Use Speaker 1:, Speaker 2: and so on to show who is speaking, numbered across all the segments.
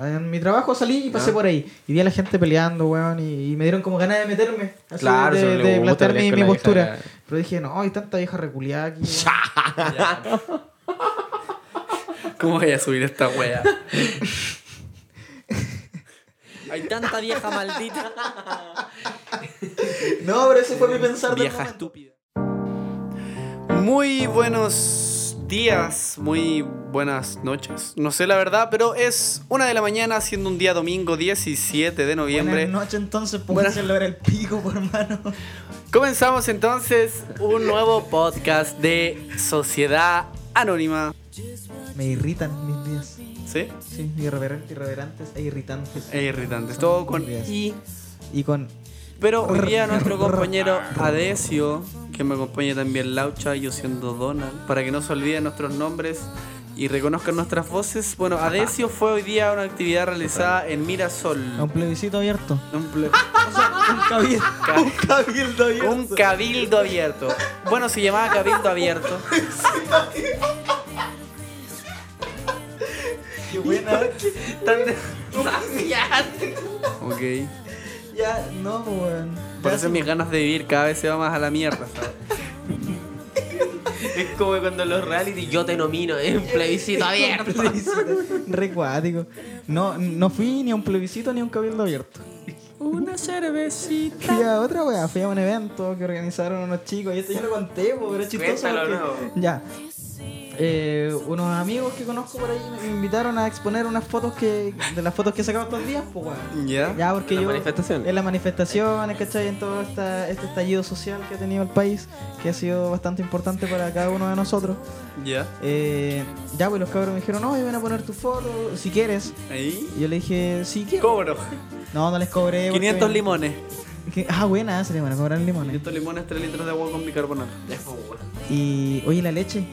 Speaker 1: En mi trabajo salí y pasé
Speaker 2: Ya.
Speaker 1: por ahí. Y vi a la gente peleando, weón, y, y me dieron como ganas de meterme. Así
Speaker 2: Claro,
Speaker 1: de,
Speaker 2: se
Speaker 1: de
Speaker 2: le gusta
Speaker 1: plantear
Speaker 2: pelear
Speaker 1: mi,
Speaker 2: con
Speaker 1: mi
Speaker 2: la vieja,
Speaker 1: postura.
Speaker 2: ya.
Speaker 1: Pero dije, no, hay tanta vieja reculeada aquí. weón.
Speaker 3: ¿Cómo voy a subir esta wea?
Speaker 4: Hay tanta vieja maldita.
Speaker 1: no, pero ese fue mi pensar del
Speaker 4: vieja
Speaker 1: momento.
Speaker 4: estúpida.
Speaker 3: Muy buenos días, muy buenas noches. No sé la verdad, pero es una de la mañana, siendo un día domingo 17 de noviembre.
Speaker 1: Buenas noches, entonces, pónganse a lograr el pico, por hermano.
Speaker 3: Comenzamos entonces un nuevo podcast de Sociedad Anónima.
Speaker 1: Me irritan mis días.
Speaker 3: ¿Sí?
Speaker 1: Sí, irreverentes, irreverentes e irritantes.
Speaker 2: Eh.
Speaker 3: E irritantes. Todo con I.
Speaker 1: Y con.
Speaker 3: Pero hoy día nuestro compañero Adesio, que me acompaña también Laucha, yo siendo Donald, para que no se olviden nuestros nombres y reconozcan nuestras voces. Bueno, Adesio fue hoy día a una actividad realizada en Mirasol.
Speaker 1: A un plebiscito abierto.
Speaker 3: Un ple-
Speaker 2: Ah.
Speaker 1: Un cabildo,
Speaker 3: Ca-
Speaker 1: un cabildo abierto.
Speaker 3: Un cabildo abierto. Bueno, se llamaba cabildo abierto.
Speaker 1: Qué buena.
Speaker 3: Tan de- ok.
Speaker 1: Ya, no, weón.
Speaker 3: Por
Speaker 1: Ya,
Speaker 3: eso
Speaker 1: sí.
Speaker 3: mis ganas de vivir cada vez se va más a la mierda. ¿sabes?
Speaker 4: Es como cuando los reality yo te nomino, es un plebiscito abierto.
Speaker 1: Plebiscito. Recuático. No, no fui ni a un plebiscito ni a un cabildo abierto.
Speaker 4: Una cervecita.
Speaker 1: Fui a otra weá, fui a un evento que organizaron unos chicos. Y esto ya lo conté, po, pero es chistoso.
Speaker 3: Cuéntalo,
Speaker 1: porque- Ya. Eh, unos amigos que conozco por ahí me invitaron a exponer unas fotos que. de las fotos que he sacado estos días, pues weón.
Speaker 3: ¿Ya?
Speaker 1: Ya, porque
Speaker 4: ¿En las
Speaker 1: yo.
Speaker 4: manifestaciones?
Speaker 1: En las manifestaciones, ¿cachai? En todo esta- este estallido social que ha tenido el país, que ha sido bastante importante para cada uno de nosotros.
Speaker 3: ¿Ya?
Speaker 1: Eh, ya, pues los cabros me dijeron, no, iban a poner tu foto, si quieres.
Speaker 3: Ahí.
Speaker 1: Y yo le dije, sí, quiero.
Speaker 3: Cobro.
Speaker 1: No, no les cobré. porque-
Speaker 3: 500 limones.
Speaker 1: Que- Ah, buena, se le van a cobrar limones.
Speaker 3: 500 limones, 3 litros de agua con bicarbonato.
Speaker 1: Y, oye, la leche.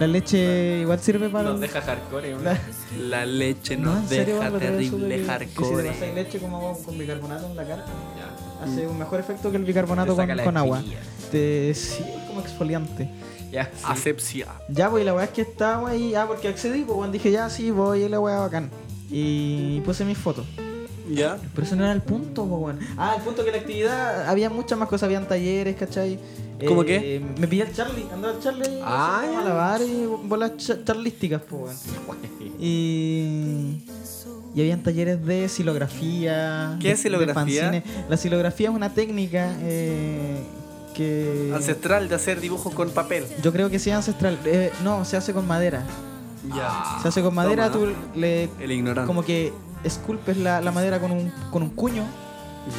Speaker 1: La leche igual sirve para...
Speaker 3: Nos deja hardcore,
Speaker 1: La-
Speaker 3: weón. La leche
Speaker 1: No,
Speaker 3: nos
Speaker 1: en serio,
Speaker 3: deja
Speaker 1: Bárbara, eso
Speaker 3: terrible
Speaker 1: de- que Si le
Speaker 3: hardcore.
Speaker 1: pasas leche como agua con bicarbonato en la cara,
Speaker 3: Ya.
Speaker 1: hace un mejor efecto que el bicarbonato
Speaker 4: Te
Speaker 1: con,
Speaker 4: saca la
Speaker 1: con agua.
Speaker 4: espinilla.
Speaker 1: Te, sí, es como exfoliante.
Speaker 3: Ya. Asepsia.
Speaker 1: Ya, pues, y la weá es que estaba ahí... Ah, porque accedí, pues, bueno, dije, ya, sí, voy, y la weá bacán. Y puse mis fotos.
Speaker 3: ¿Ya?
Speaker 1: Pero ese no era el punto, po, weón. Ah, el punto que la actividad había muchas más cosas, habían talleres, ¿cachai?
Speaker 3: ¿Cómo
Speaker 1: que?
Speaker 3: qué?
Speaker 1: Me pillé al Charlie, andaba el Charlie
Speaker 3: Ah,
Speaker 1: haciendo
Speaker 3: ya.
Speaker 1: malabar y bolas cha- charlísticas, po, weón. Y. Y habían talleres de silografía.
Speaker 3: ¿Qué
Speaker 1: de-
Speaker 3: es silografía?
Speaker 1: de fanzine. La silografía es una técnica eh, que.
Speaker 3: Ancestral de hacer dibujos con papel.
Speaker 1: Yo creo que sí es ancestral. Eh, no, se hace con madera.
Speaker 3: Ya.
Speaker 1: Se hace con madera,
Speaker 3: Ah, Toma.
Speaker 1: tú le.
Speaker 3: El ignorante.
Speaker 1: Como que esculpes la, la madera con un, con un cuño.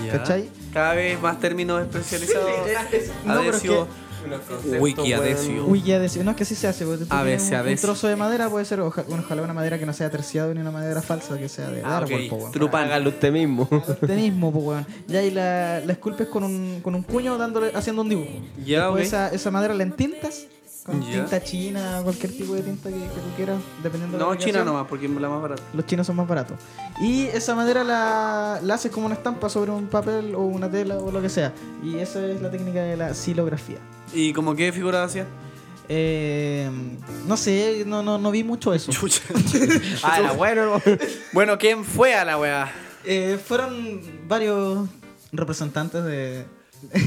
Speaker 3: Ya.
Speaker 1: ¿Cachai?
Speaker 3: Cada vez más términos especializados.
Speaker 1: No, pero es que-
Speaker 3: Adesio. Wiki Adesio.
Speaker 1: Uy, ya decía, no es que sí se hace, porque tú
Speaker 3: A
Speaker 1: tienes
Speaker 3: veces,
Speaker 1: un,
Speaker 3: a
Speaker 1: un
Speaker 3: veces.
Speaker 1: trozo de madera puede ser, oja- bueno, ojalá una madera que no sea terciado ni una madera falsa, que sea de
Speaker 3: Ah,
Speaker 1: árbol,
Speaker 3: ok.
Speaker 1: po, weón.
Speaker 3: Trupán.
Speaker 4: Hágalo usted mismo.
Speaker 1: Este mismo, po, weón. Ya, y la, la esculpes con un, con un puño dándole, haciendo un dibujo.
Speaker 3: Ya,
Speaker 1: Después
Speaker 3: ok.
Speaker 1: esa, esa madera la entintas con
Speaker 3: Ya.
Speaker 1: tinta china, cualquier tipo de tinta que, que tú quieras, dependiendo de la
Speaker 3: No, China
Speaker 1: aplicación.
Speaker 3: nomás, porque es la más barata.
Speaker 1: Los chinos son más baratos. Y esa madera la, la haces como una estampa sobre un papel o una tela o lo que sea. Y esa es la técnica de la silografía.
Speaker 3: ¿Y como qué figura hacía?
Speaker 1: Eh, no sé, no, no, no vi mucho eso.
Speaker 3: Chucha.
Speaker 4: Ah, la bueno.
Speaker 3: bueno, ¿quién fue a la weá?
Speaker 1: Eh, fueron varios representantes de.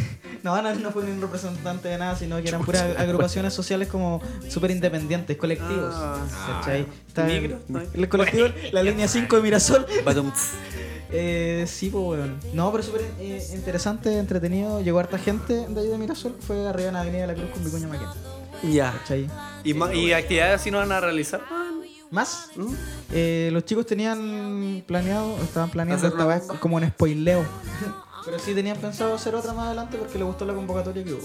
Speaker 1: no, no, no fue un representante de nada, sino que eran puras agrupaciones sociales como súper independientes, colectivos.
Speaker 3: Ah.
Speaker 1: ¿cachai? Está el-
Speaker 3: Micro, ¿no?
Speaker 1: el colectivo, la línea 5 de Mirasol.
Speaker 3: Badum.
Speaker 1: Eh, sí, pues, weón. No, pero súper eh, interesante, entretenido. Llegó harta gente de ahí de Mirasol. Fue arriba en la Avenida de la Cruz con Vicuña Maquena.
Speaker 3: Ya.
Speaker 1: ¿Cachai?
Speaker 3: ¿Y, ma- y actividades así no van a realizar?
Speaker 1: Más,
Speaker 3: ¿Mm?
Speaker 1: Eh, los chicos tenían planeado, estaban planeando
Speaker 3: Hacer
Speaker 1: esta
Speaker 3: una
Speaker 1: vez como un spoileo. Pero sí tenían pensado hacer otra más adelante porque les gustó la convocatoria que hubo.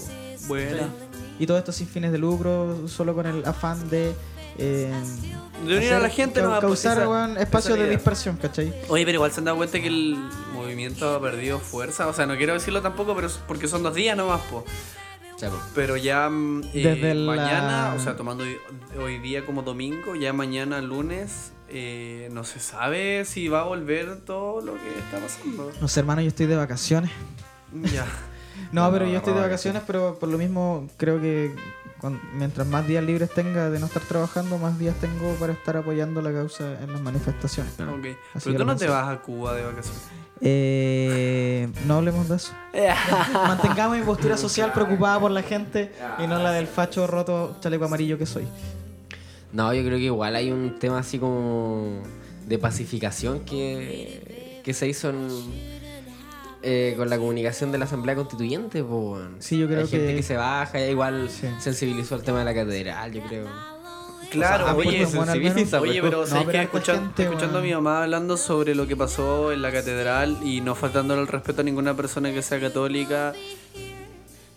Speaker 3: Buena.
Speaker 1: Y todo esto sin fines de lucro, solo con el afán de. eh,
Speaker 3: De unir a la gente,
Speaker 1: cau-
Speaker 3: no a
Speaker 1: causar
Speaker 3: politizar.
Speaker 1: weón,
Speaker 3: Esa
Speaker 1: espacios
Speaker 3: es la
Speaker 1: de
Speaker 3: idea.
Speaker 1: dispersión, ¿cachai?
Speaker 3: Oye, pero igual se han dado cuenta que el movimiento ha perdido fuerza. O sea, no quiero decirlo tampoco, pero es- porque son dos días nomás, po. Pero ya mm, eh,
Speaker 1: Desde la-
Speaker 3: mañana, o sea, tomando hoy, hoy día como domingo, ya mañana lunes, eh, no se sabe si va a volver todo lo que está pasando.
Speaker 1: No sé, hermano, yo estoy de vacaciones.
Speaker 3: Ya.
Speaker 1: No,
Speaker 3: No,
Speaker 1: pero
Speaker 3: no,
Speaker 1: yo estoy de
Speaker 3: no,
Speaker 1: vacaciones, pero por lo mismo creo que cuan- mientras más días libres tenga de no estar trabajando, más días tengo para estar apoyando la causa en las manifestaciones.
Speaker 3: Ok.
Speaker 1: Así
Speaker 3: Pero
Speaker 1: que
Speaker 3: tú no te
Speaker 1: lo
Speaker 3: vas a Cuba de vacaciones.
Speaker 1: Eh, no hablemos de eso. Mantengamos mi postura social preocupada por la gente y no la del facho roto chaleco amarillo que soy.
Speaker 4: No, yo creo que igual hay un tema así como de pacificación que, que se hizo en- eh, con la comunicación de la Asamblea Constituyente. po, weón.
Speaker 1: Sí, yo creo
Speaker 4: hay gente
Speaker 1: que-
Speaker 4: que se baja, igual
Speaker 1: Sí.
Speaker 4: sensibilizó al tema de la catedral, yo creo.
Speaker 3: Claro,
Speaker 4: O sea,
Speaker 3: oye,
Speaker 4: apoyo
Speaker 1: bueno,
Speaker 4: sensibiliza,
Speaker 1: al menos-
Speaker 4: pues,
Speaker 3: Oye, pero
Speaker 1: No,
Speaker 3: sabes
Speaker 1: pero
Speaker 3: que
Speaker 1: harta
Speaker 3: escucha-
Speaker 1: gente,
Speaker 3: escuchando a mi
Speaker 1: weón.
Speaker 3: mamá hablando sobre lo que pasó en la catedral y no faltándole el respeto a ninguna persona que sea católica,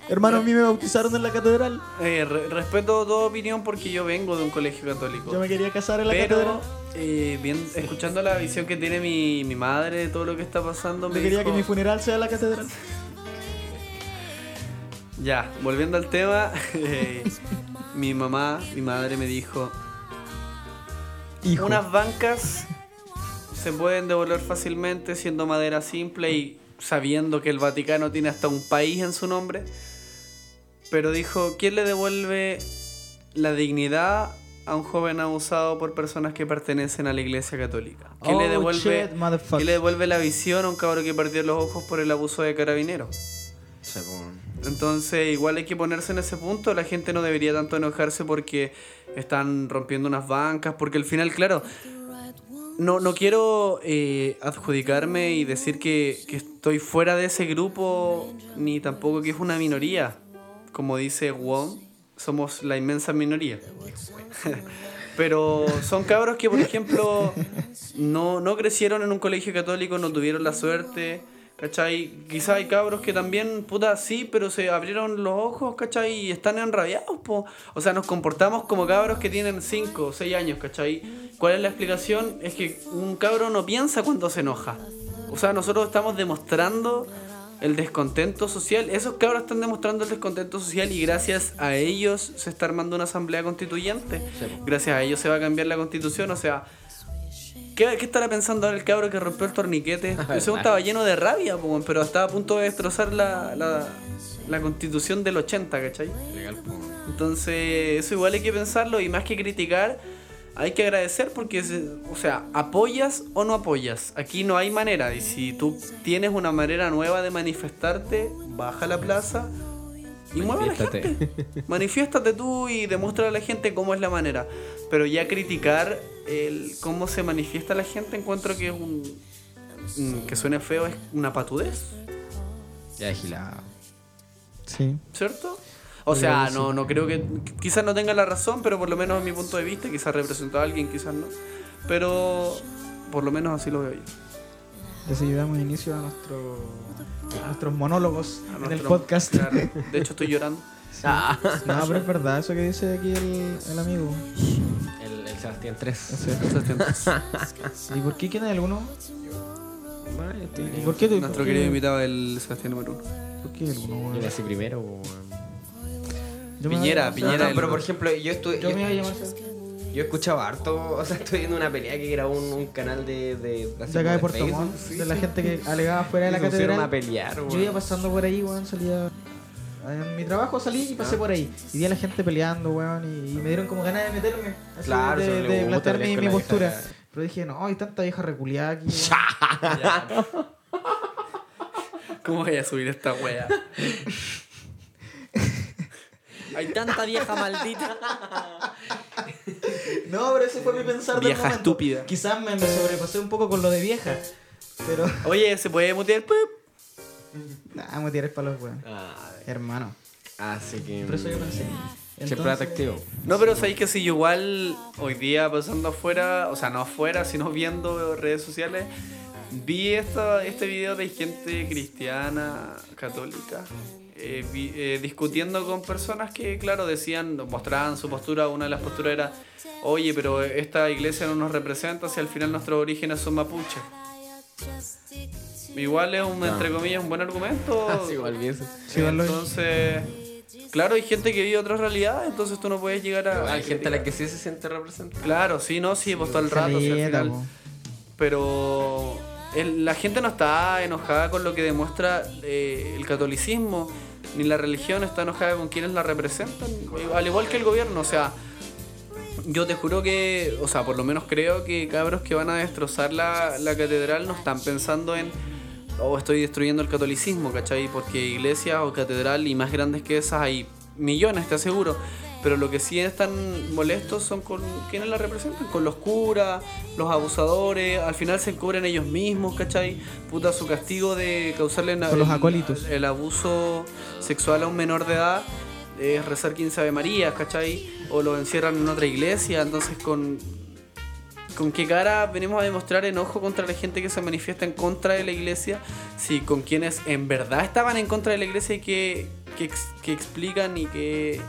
Speaker 1: Hermano, a mí me bautizaron en la catedral.
Speaker 3: eh, re- respeto toda opinión porque yo vengo de un colegio católico.
Speaker 1: Yo me quería casar en la catedral.
Speaker 3: Pero eh, bien- escuchando la visión que tiene mi, mi madre de todo lo que está pasando,
Speaker 1: Yo
Speaker 3: me
Speaker 1: quería que
Speaker 3: dijo-
Speaker 1: mi funeral sea la catedral.
Speaker 3: Ya, volviendo al tema, eh, mi mamá, mi madre me dijo,
Speaker 1: Hijo.
Speaker 3: unas bancas se pueden devolver fácilmente siendo madera simple y sabiendo que el Vaticano tiene hasta un país en su nombre. Pero dijo, ¿quién le devuelve la dignidad a un joven abusado por personas que pertenecen a la Iglesia Católica? ¿Quién le
Speaker 1: Oh,
Speaker 3: devuelve
Speaker 1: shit, motherfucker.
Speaker 3: ¿Qué le devuelve la visión a un cabro que perdió los ojos por el abuso de carabinero?
Speaker 4: O sea, como-
Speaker 3: Entonces, igual hay que ponerse en ese punto. La gente no debería tanto enojarse porque están rompiendo unas bancas. Porque al final, claro, no, no quiero eh, adjudicarme y decir que, que estoy fuera de ese grupo, ni tampoco que es una minoría. Como dice Wong, somos la inmensa minoría. Pero son cabros que, por ejemplo, no, no crecieron en un colegio católico, no tuvieron la suerte, ¿cachai? Quizá hay cabros que también, puta, sí, pero se abrieron los ojos, ¿cachai? Y están enrabiados, po. O sea, nos comportamos como cabros que tienen 5 o 6 años, ¿cachai? ¿Cuál es la explicación? Es que un cabro no piensa cuando se enoja. O sea, nosotros estamos demostrando el descontento social. Esos cabros están demostrando el descontento social y gracias a ellos se está armando una asamblea constituyente. Gracias a ellos se va a cambiar la constitución. O sea, ¿qué, qué estará pensando ahora el cabro que rompió el torniquete? El segundo estaba lleno de rabia, po, weón, pero estaba a punto de destrozar la, la, la constitución del 80, ¿cachai? Entonces, eso igual hay que pensarlo y más que criticar, hay que agradecer porque, se- o sea, apoyas o no apoyas. Aquí no hay manera y si tú tienes una manera nueva de manifestarte, baja a la plaza y mueve a la
Speaker 4: Manifiéstate.
Speaker 3: gente. Manifiéstate tú y demuestra a la gente cómo es la manera. Pero ya criticar el cómo se manifiesta la gente encuentro que es un... mm, Que suene feo es una patudez,
Speaker 4: Ya vigilado.
Speaker 1: Sí.
Speaker 3: ¿cierto? O
Speaker 1: Yo creo
Speaker 3: sea,
Speaker 1: que
Speaker 3: no, no creo que. Quizás no tenga la razón, pero por lo menos a mi punto de vista, quizás representó a alguien, quizás no. Pero por lo menos así lo veo yo.
Speaker 1: Así que damos inicio a, nuestro, a nuestros monólogos en
Speaker 3: A
Speaker 1: el
Speaker 3: nuestro-
Speaker 1: podcast.
Speaker 3: claro. De hecho, estoy llorando.
Speaker 4: Ah,
Speaker 1: No, pero es verdad eso que dice aquí el, el amigo.
Speaker 4: el, el Sebastián
Speaker 1: O
Speaker 4: 3.
Speaker 1: sea, ¿Y por qué queda alguno? ¿Y por qué tú?
Speaker 3: Nuestro querido invitado, el Sebastián número uno.
Speaker 1: ¿Por qué alguno?
Speaker 4: Yo
Speaker 1: weón?
Speaker 4: nací primero, po, weón.
Speaker 1: Yo me voy a-
Speaker 3: Piñera, Piñera.
Speaker 4: No, no,
Speaker 3: el-
Speaker 4: pero por ejemplo, yo estuve.
Speaker 1: Yo me iba a llamar.
Speaker 4: Yo escuchaba harto, o sea, estoy viendo una pelea que grabó un, un canal de. de,
Speaker 1: De acá de Puerto
Speaker 4: Facebook,
Speaker 1: Montt,
Speaker 4: sí,
Speaker 1: de la
Speaker 4: sí.
Speaker 1: gente que alegaba fuera de la
Speaker 4: Y se pusieron a
Speaker 1: catedral.
Speaker 4: pelear,
Speaker 1: Yo iba
Speaker 4: weón.
Speaker 1: pasando por ahí, weón, salía. eh, En mi trabajo salí y pasé por ahí. Y vi a la gente peleando, weón, y, y me dieron como ganas de meterme. así
Speaker 4: Claro,
Speaker 1: de,
Speaker 4: eso le
Speaker 1: de
Speaker 4: gusta,
Speaker 1: plantear mi,
Speaker 4: pelear con
Speaker 1: mi
Speaker 4: la
Speaker 1: postura.
Speaker 4: vieja.
Speaker 1: Pero dije, no, hay tanta vieja reculeada aquí. weón.
Speaker 3: ¿Cómo voy a subir esta wea?
Speaker 4: Hay tanta vieja maldita.
Speaker 1: No, pero ese fue mi pensar del
Speaker 3: Vieja
Speaker 1: momento.
Speaker 3: estúpida.
Speaker 1: Quizás me, me sobrepasé un poco con lo de vieja. Pero.
Speaker 3: Oye, ¿se puede mutear? Pup.
Speaker 1: Nah, me tienes para los weón.
Speaker 4: Ah,
Speaker 1: Hermano.
Speaker 4: así que.
Speaker 1: Pero eso yo pensé.
Speaker 4: Mm. Siempre
Speaker 1: Entonces-
Speaker 4: atractivo.
Speaker 3: No, pero sabéis que si yo igual hoy día pasando afuera, o sea, no afuera, sino viendo redes sociales, vi esta, este video de gente cristiana, católica, eh, vi- eh, discutiendo con personas que, claro, decían, mostraban su postura, una de las posturas era, oye, pero esta iglesia no nos representa si al final nuestros orígenes son mapuches. Igual es un, entre comillas, un buen argumento.
Speaker 4: Así igual vi eso.
Speaker 1: Sí, verlo ahí.
Speaker 3: Entonces, claro, hay gente que vive otras realidades, entonces tú no puedes llegar a.
Speaker 4: Hay
Speaker 3: a
Speaker 4: gente a la
Speaker 3: criticar.
Speaker 4: que sí se siente representada.
Speaker 3: Claro, sí, no, sí, pues todo el rato. sí, al
Speaker 1: Caleta,
Speaker 3: final.
Speaker 1: po.
Speaker 3: Pero el- la gente no está enojada con lo que demuestra eh, el catolicismo. ni la religión está enojada con quienes la representan, al igual que el gobierno, o sea, yo te juro que, o sea, por lo menos creo que cabros que van a destrozar la, la catedral no están pensando en, oh, estoy destruyendo el catolicismo, ¿cachai? Porque iglesias o catedral y más grandes que esas hay millones, te aseguro. Pero lo que sí están molestos son con quienes la representan, con los curas, los abusadores, al final se encubren ellos mismos, ¿cachai? Puta, su castigo de causarle na-
Speaker 1: Con los
Speaker 3: el-
Speaker 1: acólitos.
Speaker 3: el abuso sexual a un menor de edad es rezar 15 Ave Marías, ¿cachai? O lo encierran en otra iglesia, entonces con... ¿Con qué cara venimos a demostrar enojo contra la gente que se manifiesta en contra de la iglesia? Si con quienes en verdad estaban en contra de la iglesia y que, que, ex- que explican y que,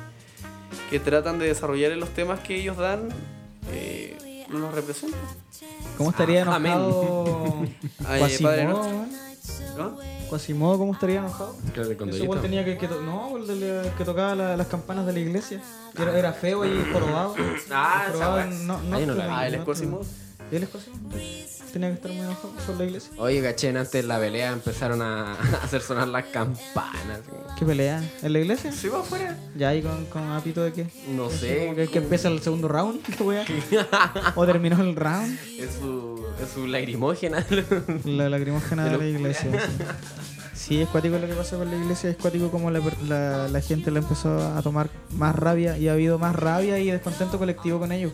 Speaker 3: que tratan de desarrollar en los temas que ellos dan, eh, no los representan.
Speaker 1: ¿Cómo estaría
Speaker 4: Ah, amén.
Speaker 1: enojado
Speaker 3: Ay, Padre
Speaker 1: Quasimodo?
Speaker 3: nuestro.
Speaker 1: weón?
Speaker 3: ¿no?
Speaker 1: Quasimodo, ¿cómo estaría enojado?
Speaker 4: Claro, el
Speaker 1: Ese weón
Speaker 4: condorito.
Speaker 1: tenía que, que to- no, el del- que tocaba la- las campanas de la iglesia. que Era, era feo y jorobado.
Speaker 4: Ah,
Speaker 1: Y
Speaker 4: esa
Speaker 1: jorobado
Speaker 4: weá.
Speaker 1: en- no,
Speaker 4: Ah, yo no la
Speaker 1: Nocturne,
Speaker 4: vi.
Speaker 3: Ah, el
Speaker 1: Nocturne.
Speaker 3: Quasimodo.
Speaker 1: ¿El Quasimodo? Tenía que estar muy enojado por la iglesia.
Speaker 4: Oye, caché, antes de la pelea empezaron a a hacer sonar las campanas.
Speaker 1: ¿Qué pelea? ¿En la iglesia?
Speaker 3: Sí, va afuera.
Speaker 1: ¿Ya ahí con, con Apito de qué?
Speaker 4: No
Speaker 1: Así
Speaker 4: sé.
Speaker 1: como Que, que empieza el segundo round, ¿qué wea? ¿O terminó el round?
Speaker 4: Es su, es su lagrimógena.
Speaker 1: La lacrimógena de,
Speaker 4: De
Speaker 1: la iglesia. sí. Sí, es cuático lo que pasó con la iglesia, es cuático como la, per- la- la gente le empezó a tomar más rabia y ha habido más rabia y descontento colectivo con ellos.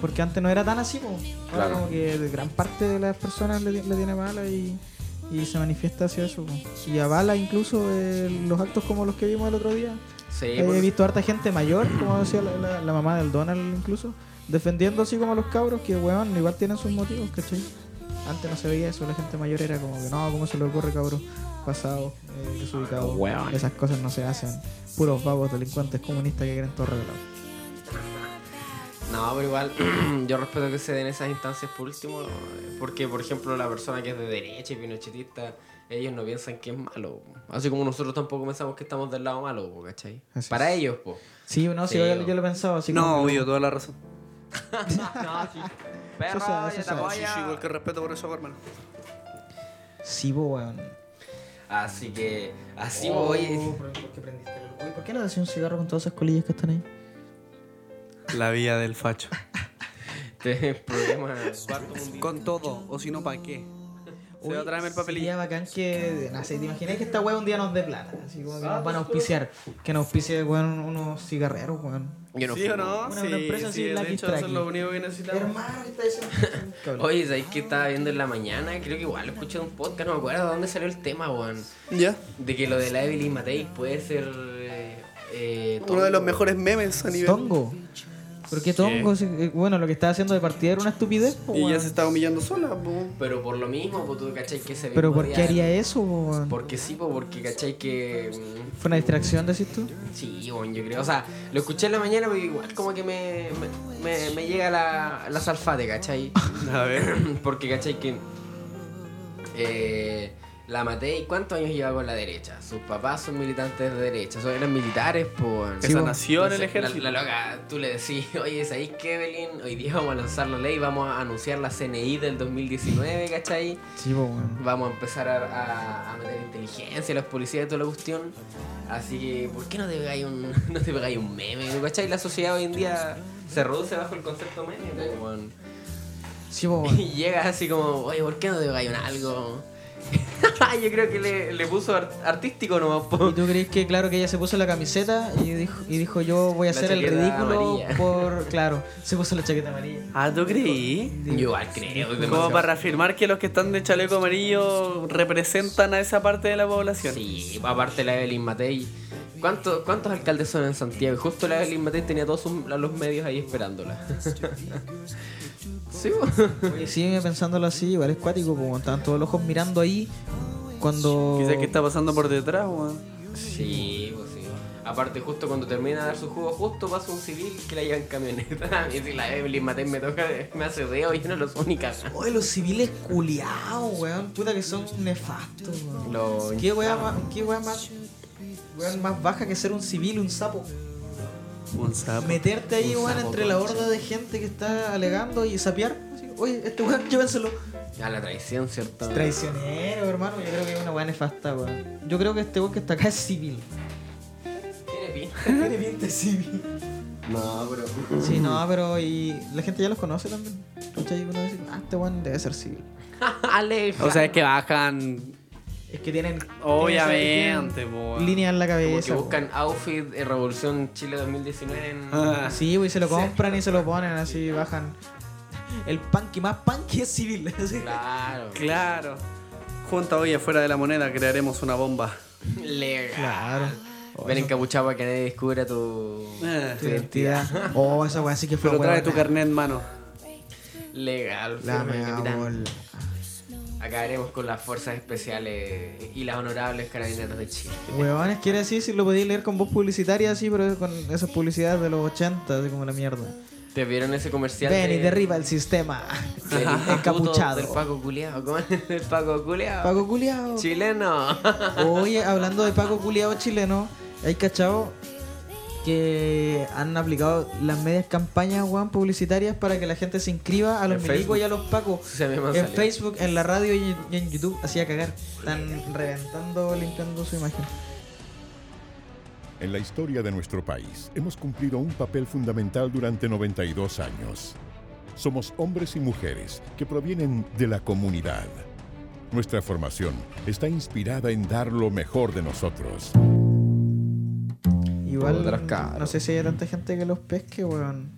Speaker 1: Porque antes no era tan así, po. ahora
Speaker 4: Claro.
Speaker 1: como que de gran parte de las personas le, ti- le tiene mala y, y se manifiesta hacia eso. po. Y avala incluso eh, los actos como los que vimos el otro día.
Speaker 4: sí,
Speaker 1: He
Speaker 4: por-
Speaker 1: visto harta gente mayor, como decía la, la- la mamá del Donald incluso, defendiendo así como a los cabros que, weón, igual tienen sus motivos, ¿cachai? Antes no se veía eso, la gente mayor era como que, no, ¿cómo se le ocurre, cabros? Pasados, eh, desubicados.
Speaker 4: Weón.
Speaker 1: Esas cosas no se hacen. Puros babos delincuentes comunistas que quieren todo arreglado.
Speaker 4: No, pero igual yo respeto que se den esas instancias por último, eh, porque por ejemplo la persona que es de derecha y pinochetista, ellos no piensan que es malo, po. así como nosotros tampoco pensamos que estamos del lado malo, po, ¿cachai?
Speaker 1: Así
Speaker 4: Para
Speaker 1: es.
Speaker 4: ellos, pues.
Speaker 1: Sí, no, sí,
Speaker 4: Sí,
Speaker 1: yo,
Speaker 4: weón.
Speaker 1: yo lo pensaba así
Speaker 3: No,
Speaker 1: como.
Speaker 3: obvio, toda la razón.
Speaker 4: no, sí.
Speaker 1: Eso se hace, eso se hace.
Speaker 3: Sí, sí, igual que respeto por eso, hermano.
Speaker 1: Sí, po, weón.
Speaker 4: Así que, así
Speaker 1: Oh,
Speaker 4: voy.
Speaker 1: ¿por qué prendiste el- Oye, ¿Por qué no decís un cigarro con todas esas colillas que están ahí?
Speaker 3: La vía del facho.
Speaker 4: Este problema.
Speaker 3: Con todo, o si no, ¿para qué? Se va a traerme
Speaker 1: Sería
Speaker 3: el papelillo.
Speaker 1: bacán que. No sé, te imagináis que esta wea un día nos dé plata. Así como que nos van a auspiciar. Que nos auspicie, weón, unos cigarreros, weón.
Speaker 4: Yo no
Speaker 3: ¿Sí o
Speaker 4: fumo.
Speaker 3: no?
Speaker 1: Una-
Speaker 3: sí,
Speaker 1: una empresa así,
Speaker 3: sí, de
Speaker 1: Lucky
Speaker 3: hecho, eso es
Speaker 1: Strike.
Speaker 3: lo único que necesitamos.
Speaker 1: Hermano, ¿qué está diciendo?
Speaker 4: Oye, ¿sabéis que estaba viendo en la mañana? Creo que igual escuché un podcast, no me acuerdo de dónde salió el tema, weón.
Speaker 3: Ya.
Speaker 4: De que lo de la Evelyn Matei puede ser. eh, eh,
Speaker 3: Uno de los
Speaker 4: tongo.
Speaker 3: mejores memes a nivel.
Speaker 1: Tongo. ¿Por qué Tongo? Si- eh, Bueno, lo que está haciendo de partida era una estupidez, po,
Speaker 3: Y ya
Speaker 1: weón.
Speaker 3: se está humillando sola, po.
Speaker 4: Pero por lo mismo, pues tú cachai que se
Speaker 1: Pero ¿por qué haría eso, po, weón?
Speaker 4: Porque sí, po, porque cachai que. mm,
Speaker 1: ¿Fue una distracción, decís tú?
Speaker 4: Sí, bueno, yo creo. O sea, lo escuché en la mañana, pero igual como que me, me, me- me llega la, la salfate, cachai.
Speaker 3: A ver.
Speaker 4: porque cachai que. eh, la maté y cuántos años lleva con la derecha. Sus papás son militantes de derecha, son, eran militares, pues.
Speaker 3: Esa nación, el ejército.
Speaker 4: La, la loca, tú le decís, oye, ¿sabéis qué, Evelyn? Hoy día vamos a lanzar la ley, vamos a anunciar la CNI del 2019, ¿cachai?
Speaker 1: Sí, po, weón.
Speaker 4: Vamos a empezar a, a- a meter inteligencia a los policías y toda la cuestión. Así que, ¿por qué no te pegáis un, no te pegáis un meme? ¿Cachai? La sociedad hoy en día se reduce bajo el concepto meme. po, weón.
Speaker 1: Sí, po, weón.
Speaker 4: Y llegas así como, oye, ¿por qué no te pegáis un algo? Yo creo que le, le puso ar- artístico nomás. po.
Speaker 1: ¿Y tú crees que, claro, que ella se puso la camiseta y dijo, y dijo yo voy a
Speaker 4: La
Speaker 1: hacer el
Speaker 4: chaqueta
Speaker 1: ridículo
Speaker 4: amarilla.
Speaker 1: por. Claro, se puso la chaqueta amarilla.
Speaker 3: Ah, ¿tú creí?
Speaker 4: Yo igual creo. es
Speaker 3: Como
Speaker 4: demasiado-
Speaker 3: para afirmar que los que están de chaleco amarillo representan a esa parte de la población.
Speaker 4: Sí, aparte la Evelyn Matei. ¿Cuántos, ¿Cuántos alcaldes son en Santiago? Y Justo la Evelyn Matei tenía todos sus- los medios ahí esperándola. sí, po.
Speaker 1: Oye, sí, pensándolo así, igual es cuático, como estaban todos los ojos mirando ahí cuando...
Speaker 3: Quizás que está pasando por detrás, weón.
Speaker 4: Sí, pues sí. Aparte, justo cuando termina de dar su jugo, justo pasa un civil que la lleva en camioneta. Y si la Evelyn Matei me toca, me hace deo y yo no lo soy ni cagando.
Speaker 1: Oye, los civiles culiados, weón, puta que son nefastos, weón.
Speaker 4: Lo-
Speaker 1: ¿Qué weá más, qué weá más, weón, más baja que ser un civil, un sapo?
Speaker 3: Un sapo.
Speaker 1: Meterte ahí,
Speaker 4: Un
Speaker 1: weón,
Speaker 4: sapo,
Speaker 1: entre la horda de gente que está alegando y sapear. así, Oye, este weón, llévenselo.
Speaker 4: A la traición, ¿cierto?
Speaker 1: Traicionero, hermano, yo creo que es una weá nefasta, weón. Yo creo que este weón que está acá es civil.
Speaker 4: Tiene pinta de civil. No, pero.
Speaker 1: Sí, no, pero y la gente ya los conoce también. ¿Cachai? Uno dice, ah, este weón debe ser civil.
Speaker 4: Aleja.
Speaker 3: O sea, es que bajan.
Speaker 1: Es que tienen.
Speaker 3: Obviamente, po.
Speaker 1: tienen Líneas en la
Speaker 4: como
Speaker 1: cabeza.
Speaker 4: que buscan outfit de Revolución Chile 2019 en.
Speaker 3: Ah.
Speaker 1: Sí, güey, se lo compran y se lo ponen así, bajan. El punky más punky es civil. así.
Speaker 4: Claro.
Speaker 3: Claro. Junta hoy afuera de la moneda crearemos una bomba.
Speaker 4: Legal.
Speaker 1: Claro. Oh,
Speaker 4: Ven
Speaker 1: eso- Ah.
Speaker 4: encapuchado para que nadie descubra tu,
Speaker 3: Eh.
Speaker 1: tu identidad. Oh, esa weá sí que fue
Speaker 3: Pero trae
Speaker 1: huevona.
Speaker 3: tu carnet en mano.
Speaker 4: Legal.
Speaker 1: La
Speaker 4: firme,
Speaker 1: mea
Speaker 4: capitán.
Speaker 1: bola.
Speaker 4: Acabaremos con las fuerzas especiales y las honorables carabineros de Chile.
Speaker 1: Huevones, quiere decir si lo podéis leer con voz publicitaria así, pero con esas publicidades de los 80, así como la mierda.
Speaker 4: ¿Te vieron ese comercial?
Speaker 1: Ven
Speaker 4: de-
Speaker 1: y derriba el sistema.
Speaker 4: del
Speaker 1: Encapuchado.
Speaker 4: puto Del Paco Culeado. ¿Cómo es? El Paco Culeado.
Speaker 1: Paco Culeado.
Speaker 4: Chileno.
Speaker 1: Oye, hablando de Paco Culeado chileno, hay cachado que han aplicado las medias campañas weón, publicitarias para que la gente se inscriba a los
Speaker 4: En
Speaker 1: milicos
Speaker 4: Facebook.
Speaker 1: y a los pacos.
Speaker 4: Se me
Speaker 1: En
Speaker 4: van saliendo.
Speaker 1: Facebook, en la radio y y en YouTube, hacía cagar. Están reventando, limpiando su imagen.
Speaker 2: En la historia de nuestro país hemos cumplido un papel fundamental durante 92 años. Somos hombres y mujeres que provienen de la comunidad. Nuestra formación está inspirada en dar lo mejor de nosotros.
Speaker 1: Igual,
Speaker 4: Podrás, claro.
Speaker 1: no sé si hay tanta gente que los pesque, weón.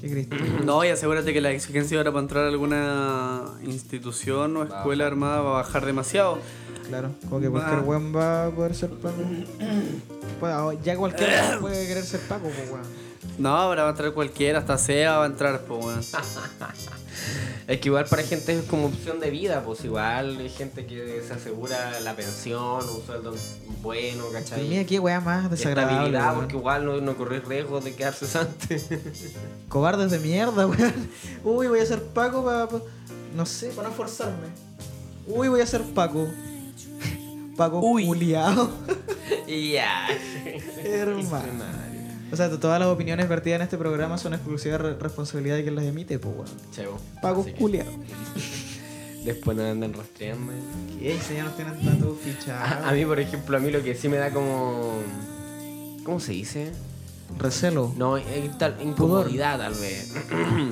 Speaker 1: Qué cristo.
Speaker 3: No, y asegúrate que la exigencia ahora para entrar a alguna institución o escuela armada va a bajar demasiado.
Speaker 1: Claro, como que cualquier
Speaker 3: Va.
Speaker 1: weón va a poder ser paco. Pues, ah, ya cualquier weón puede querer ser paco, pues, weón.
Speaker 3: No, ahora va a entrar cualquiera, hasta SEA va a entrar, po, weón.
Speaker 4: Es que igual para gente es como opción de vida, pues igual hay gente que se asegura la pensión, un sueldo bueno,
Speaker 1: Pero mira
Speaker 4: ¿cachai?
Speaker 1: qué weá más desagradable.
Speaker 4: Estabilidad,
Speaker 1: weón.
Speaker 4: porque igual no, no corres riesgo de quedarse sante.
Speaker 1: Cobardes de mierda, weón. Uy, voy a ser paco para. no sé, para no forzarme. Uy, voy a ser paco. Paco
Speaker 3: Uy.
Speaker 1: culiao.
Speaker 4: Y ya.
Speaker 1: Hermano. O sea, todas las opiniones vertidas en este programa son exclusiva re- responsabilidad de quien las emite, pues, weón.
Speaker 4: Chavo.
Speaker 1: Paco
Speaker 4: Así que
Speaker 1: culiao.
Speaker 4: Después nos andan rastreando.
Speaker 1: ¿Qué? Si ya nos tienen tanto fichado.
Speaker 4: A, a mí, por ejemplo, a mí lo que sí me da como. ¿Cómo se dice?
Speaker 1: Recelo.
Speaker 4: No, eh, tal, incomodidad tal vez.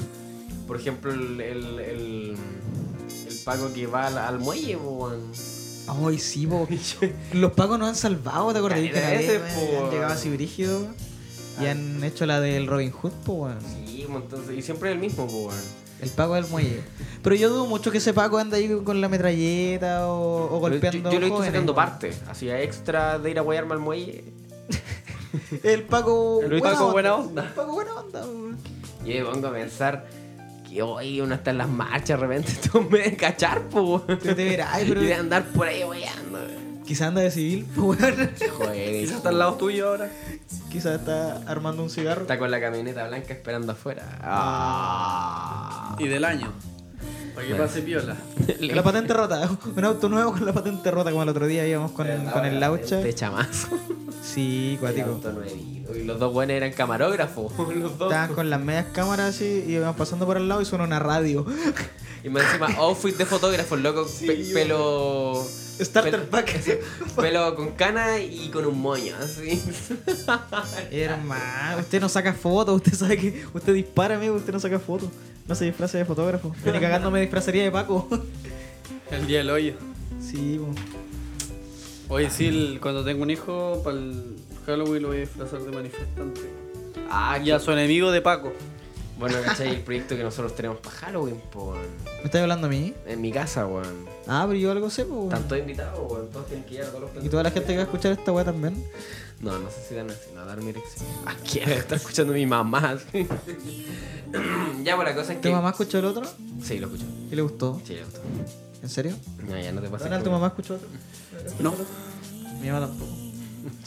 Speaker 4: Por ejemplo, el, el, el, el Paco que va al, al muelle, po, weón.
Speaker 1: Ay, sí, po. Los pagos nos han salvado, ¿te acordás? Que
Speaker 4: Caleta
Speaker 1: una
Speaker 4: de
Speaker 1: vez,
Speaker 4: veces,
Speaker 1: weón,
Speaker 4: po.
Speaker 1: han llegado así brígido y
Speaker 4: Ah.
Speaker 1: han hecho la del Robin Hood, po, weón.
Speaker 4: Sí, po, entonces, y siempre es el mismo, po, weón.
Speaker 1: El Paco del muelle. Pero yo dudo mucho que ese Paco anda ahí con la metralleta o, o golpeando.
Speaker 4: Yo, yo lo he visto
Speaker 1: jóvenes,
Speaker 4: sacando
Speaker 1: weón.
Speaker 4: parte, así a extra de ir a guayarme al muelle.
Speaker 1: El Paco.
Speaker 3: El Paco buena onda.
Speaker 1: El Paco buena onda, weón.
Speaker 4: Y yo me pongo a pensar que hoy uno está en las marchas, de repente tú me de cachar, po, weón.
Speaker 1: Te- te verá, ay, pero-
Speaker 4: Y de andar por ahí guayando, weón.
Speaker 1: Quizá anda de civil, po, weón.
Speaker 4: Joder,
Speaker 3: Quizás
Speaker 4: hijo.
Speaker 3: está al lado tuyo ahora.
Speaker 1: Quizá está armando un cigarro.
Speaker 4: Está con la camioneta blanca esperando afuera. Ah.
Speaker 3: Y del año. Para que pase piola.
Speaker 1: La patente rota. Un auto nuevo con la patente rota, como el otro día íbamos con, el, con el Laucha.
Speaker 4: De chamazo.
Speaker 1: Sí,
Speaker 4: El
Speaker 1: cuático.
Speaker 4: este auto nuevito. Y los dos buenos eran camarógrafos. Los dos.
Speaker 1: Estaban con las medias cámaras así y iban pasando por al lado y suena una radio.
Speaker 4: Y más encima, outfit de fotógrafo, loco. pe- pelo.
Speaker 1: Starter
Speaker 4: pelo-
Speaker 1: pack.
Speaker 4: Pelo con cana y con un moño, así.
Speaker 1: Hermano, usted no saca fotos, usted sabe que usted dispara, amigo, usted no saca fotos. No se disfraza de fotógrafo. Yo ni cagando me disfrazaría de Paco.
Speaker 3: El día del hoyo.
Speaker 1: Sí, po.
Speaker 3: Oye, sí, el- cuando tengo un hijo, para el Halloween lo voy a disfrazar de manifestante.
Speaker 4: Ah,
Speaker 3: Y a su enemigo de Paco.
Speaker 4: Bueno, ¿cachai? El proyecto que nosotros tenemos para Halloween, po, weón.
Speaker 1: ¿Me estás hablando a mí?
Speaker 4: En mi casa, weón.
Speaker 1: Ah, pero yo algo sé, po.
Speaker 4: Están todos invitados, weón. Todos tienen que ir a todos los
Speaker 1: Y toda la gente que va a escuchar esta weá también.
Speaker 4: No, no sé si dan así, no dar mi dirección. Ah, quiero está escuchando mi mamá. así. ya, pues la cosa es que.
Speaker 1: ¿Tu mamá escuchó el otro?
Speaker 4: Sí, lo escucho.
Speaker 1: ¿Y le gustó?
Speaker 4: Sí, lo escucho.
Speaker 1: ¿En serio?
Speaker 4: No, ya no te pasa.
Speaker 1: Donald, ¿tu mamá escuchó otro?
Speaker 3: No,
Speaker 1: Pues Mi mamá tampoco.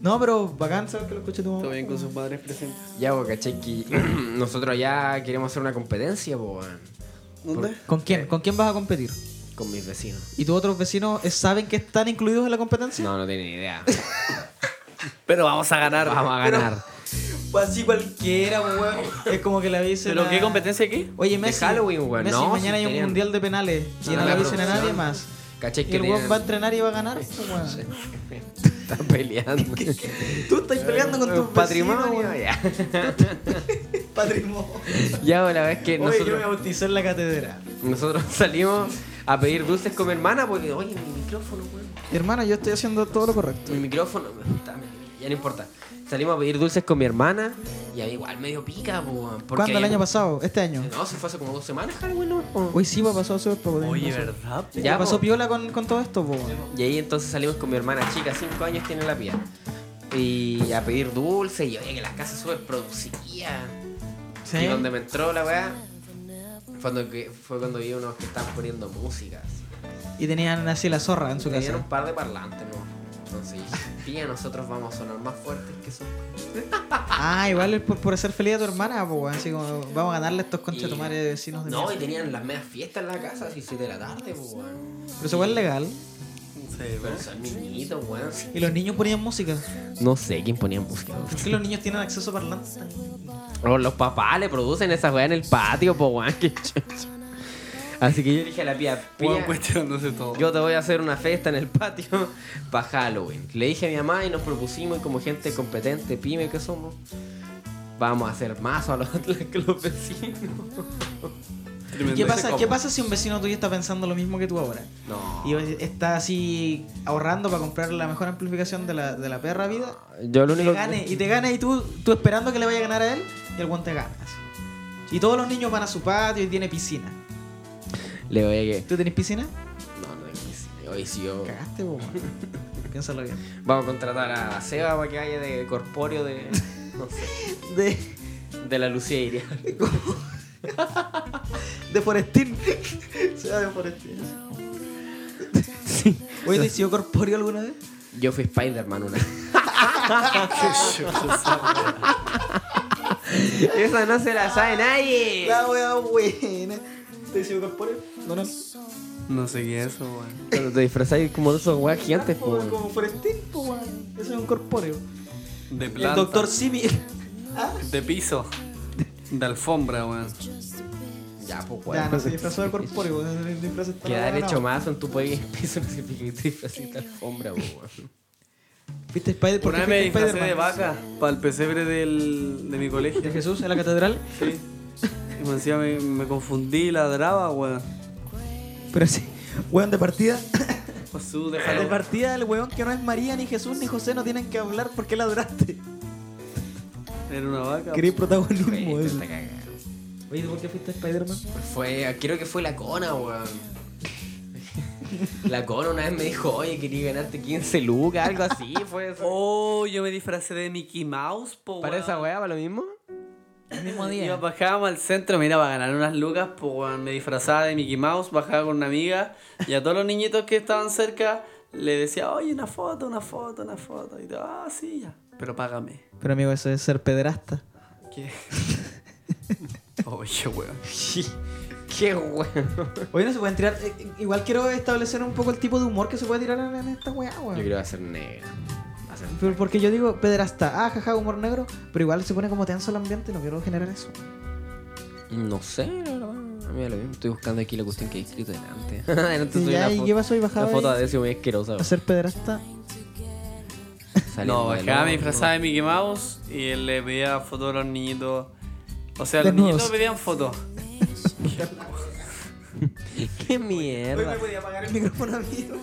Speaker 1: No, pero bacán saber que lo escuché tu mamá.
Speaker 3: todo bien con sus padres presentes.
Speaker 4: Ya, pues, caché que nosotros ya queremos hacer una competencia, pues, weón,
Speaker 3: ¿Dónde?
Speaker 1: ¿Con quién? ¿Con quién vas a competir?
Speaker 4: con mis vecinos.
Speaker 1: ¿Y tus otros vecinos eh, saben que están incluidos en la competencia?
Speaker 4: No, no tienen idea.
Speaker 3: Pero vamos a ganar.
Speaker 4: Vamos a ganar.
Speaker 1: Pues Así cualquiera, weón. Es como que le avisen.
Speaker 3: ¿Pero
Speaker 1: a-
Speaker 3: qué competencia aquí?
Speaker 1: Oye, Messi.
Speaker 4: Halloween, weón.
Speaker 1: Messi,
Speaker 4: No,
Speaker 1: mañana
Speaker 4: si
Speaker 1: hay un
Speaker 4: tenían-
Speaker 1: mundial de penales. Y
Speaker 4: No,
Speaker 1: no le
Speaker 4: la
Speaker 1: avisen a nadie
Speaker 4: producción.
Speaker 1: más.
Speaker 4: Caché
Speaker 1: Y
Speaker 4: que
Speaker 1: el weón
Speaker 4: tienen-
Speaker 1: va a entrenar y va a ganar, pues, weón.
Speaker 4: Está peleando.
Speaker 1: Tú estás peleando con tu
Speaker 4: Eh, patrimonio. Ya.
Speaker 1: Patrimonio.
Speaker 4: ya, bueno, la verdad es
Speaker 1: Oye,
Speaker 4: que
Speaker 1: yo me
Speaker 4: Eh, nosotros,
Speaker 1: bauticé en la catedral.
Speaker 4: nosotros salimos a pedir dulces con mi hermana porque, oye, mi micrófono, weón.
Speaker 1: Hermana, yo estoy haciendo todo lo correcto.
Speaker 4: Mi micrófono, puta, ya no importa. Salimos a pedir dulces con mi hermana y ahí igual medio pica, po, weón, porque
Speaker 1: ¿Cuándo? El año pasado, este año.
Speaker 4: No, se fue hace como dos semanas, Halloween, ¿no?
Speaker 1: Hoy sí va pasó súper poco.
Speaker 3: Oye, ¿verdad? po?
Speaker 1: Ya
Speaker 4: Ya,
Speaker 1: pasó
Speaker 4: po.
Speaker 1: piola con, con todo esto, po.
Speaker 4: Y ahí entonces salimos con mi hermana chica, 5 años tiene la pía. Y a pedir dulce y oye que las casas súper producían. Y donde me entró la weá fue cuando, que- fue cuando vi unos que estaban poniendo música. así.
Speaker 1: Y tenían así la zorra en su
Speaker 4: Tenían
Speaker 1: casa.
Speaker 4: un par de parlantes, ¿no? Entonces dije, "Pía, nosotros vamos a sonar más fuertes que son.
Speaker 1: Ah, igual es por, por hacer feliz a tu hermana, po. Así como, vamos a ganarle a estos conchatomares de vecinos de
Speaker 4: No, y
Speaker 1: mierda.
Speaker 4: tenían las medias fiestas en la casa, así 7 de la tarde, pues, weón.
Speaker 1: Pero eso igual es legal.
Speaker 3: Sí,
Speaker 4: Pero
Speaker 3: ¿verdad?
Speaker 4: son niñitos, weón.
Speaker 1: Y los niños ponían música.
Speaker 4: No sé quién ponía música, weón.
Speaker 1: Es que los niños tienen acceso a parlantes.
Speaker 4: O los papás le producen esa weá en el patio, po weón, qué chucha. Así que yo le dije a la pía,
Speaker 3: Juan
Speaker 4: pía,
Speaker 3: cuestionándose todo.
Speaker 4: yo te voy a hacer una fiesta en el patio para Halloween. Le dije a mi mamá y nos propusimos, y como gente competente, pyme que somos, vamos a hacer mazo a los, a los vecinos.
Speaker 1: ¿Y
Speaker 3: Tremendo.
Speaker 1: qué
Speaker 4: Ese
Speaker 1: pasa,
Speaker 4: combo.
Speaker 1: qué pasa si un vecino tuyo está pensando lo mismo que tú ahora?
Speaker 4: No.
Speaker 1: Y está así ahorrando para comprar la mejor amplificación de la, de la perra vida.
Speaker 4: Yo lo
Speaker 1: Te
Speaker 4: único
Speaker 1: gane, y te gana y tú, tú esperando que le vaya a ganar a él y el guante te gana. así. Y todos los niños van a su patio y tiene piscina.
Speaker 4: le voy a que...
Speaker 1: ¿Tú tenés piscina?
Speaker 4: No, no, es- hoy sí yo...
Speaker 1: Cagaste, po. man. Piénsalo bien.
Speaker 4: Vamos a contratar a Seba para que vaya de corpóreo de... No sé,
Speaker 1: De,
Speaker 4: de la Lucía Iriar.
Speaker 1: de Forestín. Se va de Forestín. Oye, ¿te has sido corpóreo alguna vez?
Speaker 4: Yo fui Spider-Man una. Esa no se la sabe nadie.
Speaker 1: wea buena. ¿Te has sido corpóreo? Donald.
Speaker 3: No sé qué es eso, weón.
Speaker 4: Cuando te disfrazáis como de esos weas gigantes, po.
Speaker 1: Como, como Forestín, po, man. Eso es un corpóreo.
Speaker 3: De
Speaker 1: El
Speaker 3: planta.
Speaker 1: doctor Simi.
Speaker 3: De piso. De alfombra, weón.
Speaker 4: Ya, pues,
Speaker 1: Ya, no se disfrazó de corpóreo. El disfraz está
Speaker 4: Quedar
Speaker 1: ganado.
Speaker 4: hecho mazo en tu país piso no significa que te disfrazaste de alfombra, po, weón.
Speaker 1: ¿Viste Spider por
Speaker 3: Una
Speaker 1: qué
Speaker 3: vez me
Speaker 1: fuiste
Speaker 3: disfracé de
Speaker 1: Spider-Man?
Speaker 3: vaca para el pesebre del, de mi colegio.
Speaker 1: ¿De Jesús en la catedral?
Speaker 3: Sí. Y me decía, me, me confundí y ladraba, weón.
Speaker 1: Pero sí, weón de partida.
Speaker 3: Jesús,
Speaker 1: De
Speaker 3: déjalo.
Speaker 1: partida, el weón que no es María, ni Jesús, ni José no tienen que hablar porque la duraste.
Speaker 3: Era una vaca.
Speaker 1: Queréis
Speaker 4: Ey,
Speaker 1: protagonismo.
Speaker 4: te
Speaker 1: eso.
Speaker 4: está cagando.
Speaker 1: Oye, ¿por qué fuiste Spider-Man?
Speaker 4: Fue, creo que fue la cona, weón. La cona una vez me dijo, oye, quería ganarte 15 lucas, algo así, fue eso.
Speaker 3: Oh, yo me disfracé de Mickey Mouse, po,
Speaker 4: ¿Para
Speaker 3: weón.
Speaker 4: esa wea, para lo mismo?
Speaker 1: El mismo
Speaker 3: Yo bajábamos al centro, mira, para ganar unas lucas, pues weón, me disfrazaba de Mickey Mouse, bajaba con una amiga y a todos los niñitos que estaban cerca le decía, oye, una foto, una foto, una foto. Y todo, ah, sí, ya, pero págame.
Speaker 1: Pero amigo, eso es ser pederasta.
Speaker 3: ¿Qué? oye, weón.
Speaker 4: Qué weón.
Speaker 1: Oye, no se pueden tirar. eh, eh, Igual quiero establecer un poco el tipo de humor que se puede tirar en, en esta weá, weón.
Speaker 4: Yo creo que va a ser negra. Va a ser-
Speaker 1: Pero porque yo digo pederasta, ah, jaja, humor negro, pero igual se pone como tenso el ambiente y no quiero generar eso.
Speaker 4: No sé, la verdad, a mí me lo mismo. Estoy buscando aquí la cuestión que he escrito delante. delante
Speaker 1: Y ya,
Speaker 4: una
Speaker 1: ¿y
Speaker 4: fo-
Speaker 1: qué pasó? ¿Y bajaba
Speaker 4: Una foto
Speaker 1: ahí?
Speaker 4: de eso muy asquerosa.
Speaker 1: A ser pederasta,
Speaker 4: saliendo
Speaker 3: No,
Speaker 4: del
Speaker 3: bajaba, me
Speaker 4: horno.
Speaker 3: disfrazaba de Mickey Mouse y él le pedía fotos a los niñitos. O sea, los
Speaker 1: Desnudos.
Speaker 3: niñitos pedían fotos.
Speaker 4: Qué mierda.
Speaker 1: podía apagar el micrófono amigo.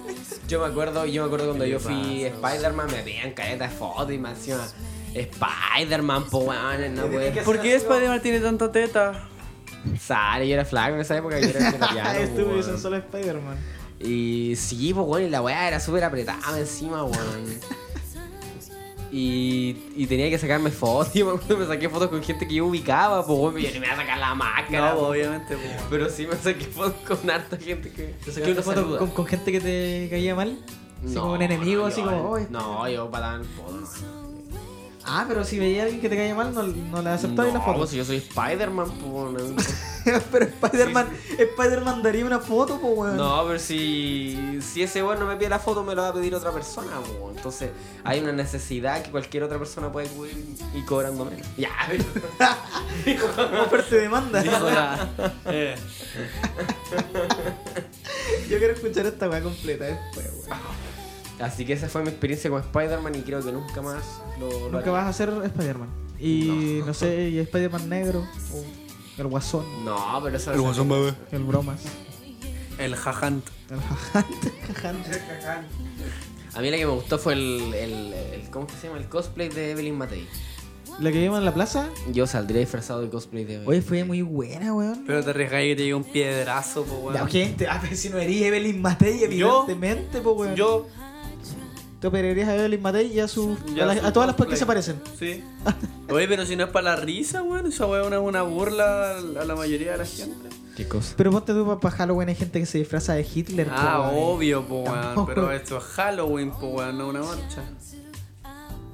Speaker 4: Yo me acuerdo, yo me acuerdo cuando yo fui Spider-Man, me pedían caretas de fotos y me hacían Spider-Man, po weón, no weón.
Speaker 3: ¿Por qué Spider-Man tiene tanta teta?
Speaker 4: Sale, yo era flaco en esa época, yo era vegetariano, po,
Speaker 1: Estuve
Speaker 4: weón.
Speaker 1: solo Spider-Man.
Speaker 4: Y sí, pues, weón, y la weá era súper apretada encima, weón. Y, y tenía que sacarme fotos. Yo me acuerdo que me saqué fotos con gente que yo ubicaba, pues, weón. Yo no me iba a sacar la máscara,
Speaker 3: No, pues,
Speaker 4: po.
Speaker 3: obviamente, po.
Speaker 4: Pero sí me saqué fotos con harta gente que.
Speaker 1: ¿Te saqué una foto con, con gente que te caía mal? Así como un enemigo,
Speaker 4: no,
Speaker 1: así
Speaker 4: yo-
Speaker 1: como, "Oye".
Speaker 4: No, yo pataban fotos.
Speaker 1: Ah, pero si veía a alguien que te caía mal, no, no le
Speaker 4: No,
Speaker 1: aceptaba y la foto.
Speaker 4: pues, si yo soy Spider-Man, pues, weón.
Speaker 1: pero Spider-Man Spider-Man daría una foto, pues, weón.
Speaker 4: No, pero si, si ese weón no me pide la foto, me lo va a pedir otra persona, po. Entonces, hay una necesidad que cualquier otra persona puede cubrir y cobrando menos. Ya, pero-
Speaker 1: Oferta y demanda.
Speaker 3: Dijo la- eh,
Speaker 4: Ah,
Speaker 1: Yo quiero escuchar esta weá completa después, weón.
Speaker 4: Así que esa fue mi experiencia con Spider-Man y creo que nunca más lo, lo
Speaker 1: Nunca
Speaker 4: haría.
Speaker 1: vas a ser Spider-Man. Y no, sé, y Spider-Man negro. O el guasón.
Speaker 4: No, pero eso
Speaker 5: El guasón bebé.
Speaker 1: El bromas.
Speaker 3: El jajant.
Speaker 1: El jajante.
Speaker 4: A mí la que me gustó fue el, el, el- ¿Cómo que se llama? El cosplay de Evelyn Matei.
Speaker 1: La que vimos en la plaza.
Speaker 4: Yo saldría disfrazado de cosplay de Evelyn.
Speaker 1: Oye, fue muy buena, weón.
Speaker 3: Pero te arriesgáis que te llegue un piedrazo, po, weón.
Speaker 1: La gente, ah, pero si no eres Evelyn Matei,
Speaker 3: Yo-
Speaker 1: evidentemente, po, pues, weón.
Speaker 3: Yo,
Speaker 1: Te operarías a Evelyn Matei y a, su,
Speaker 3: Ya
Speaker 1: a, las-
Speaker 3: su
Speaker 1: a todas las pues que
Speaker 3: cosplay.
Speaker 1: se parecen.
Speaker 3: sí. Oye, pero si no es para la risa, weón. Esa weón es una burla a la a la mayoría de la gente.
Speaker 4: ¿Qué cosa?
Speaker 1: Pero ponte tú para Halloween hay gente que se disfraza de Hitler.
Speaker 3: Ah,
Speaker 1: po, weón.
Speaker 3: obvio, po, weón.
Speaker 1: eh. Tampoco.
Speaker 3: Pero esto es Halloween, po, weón, no una marcha.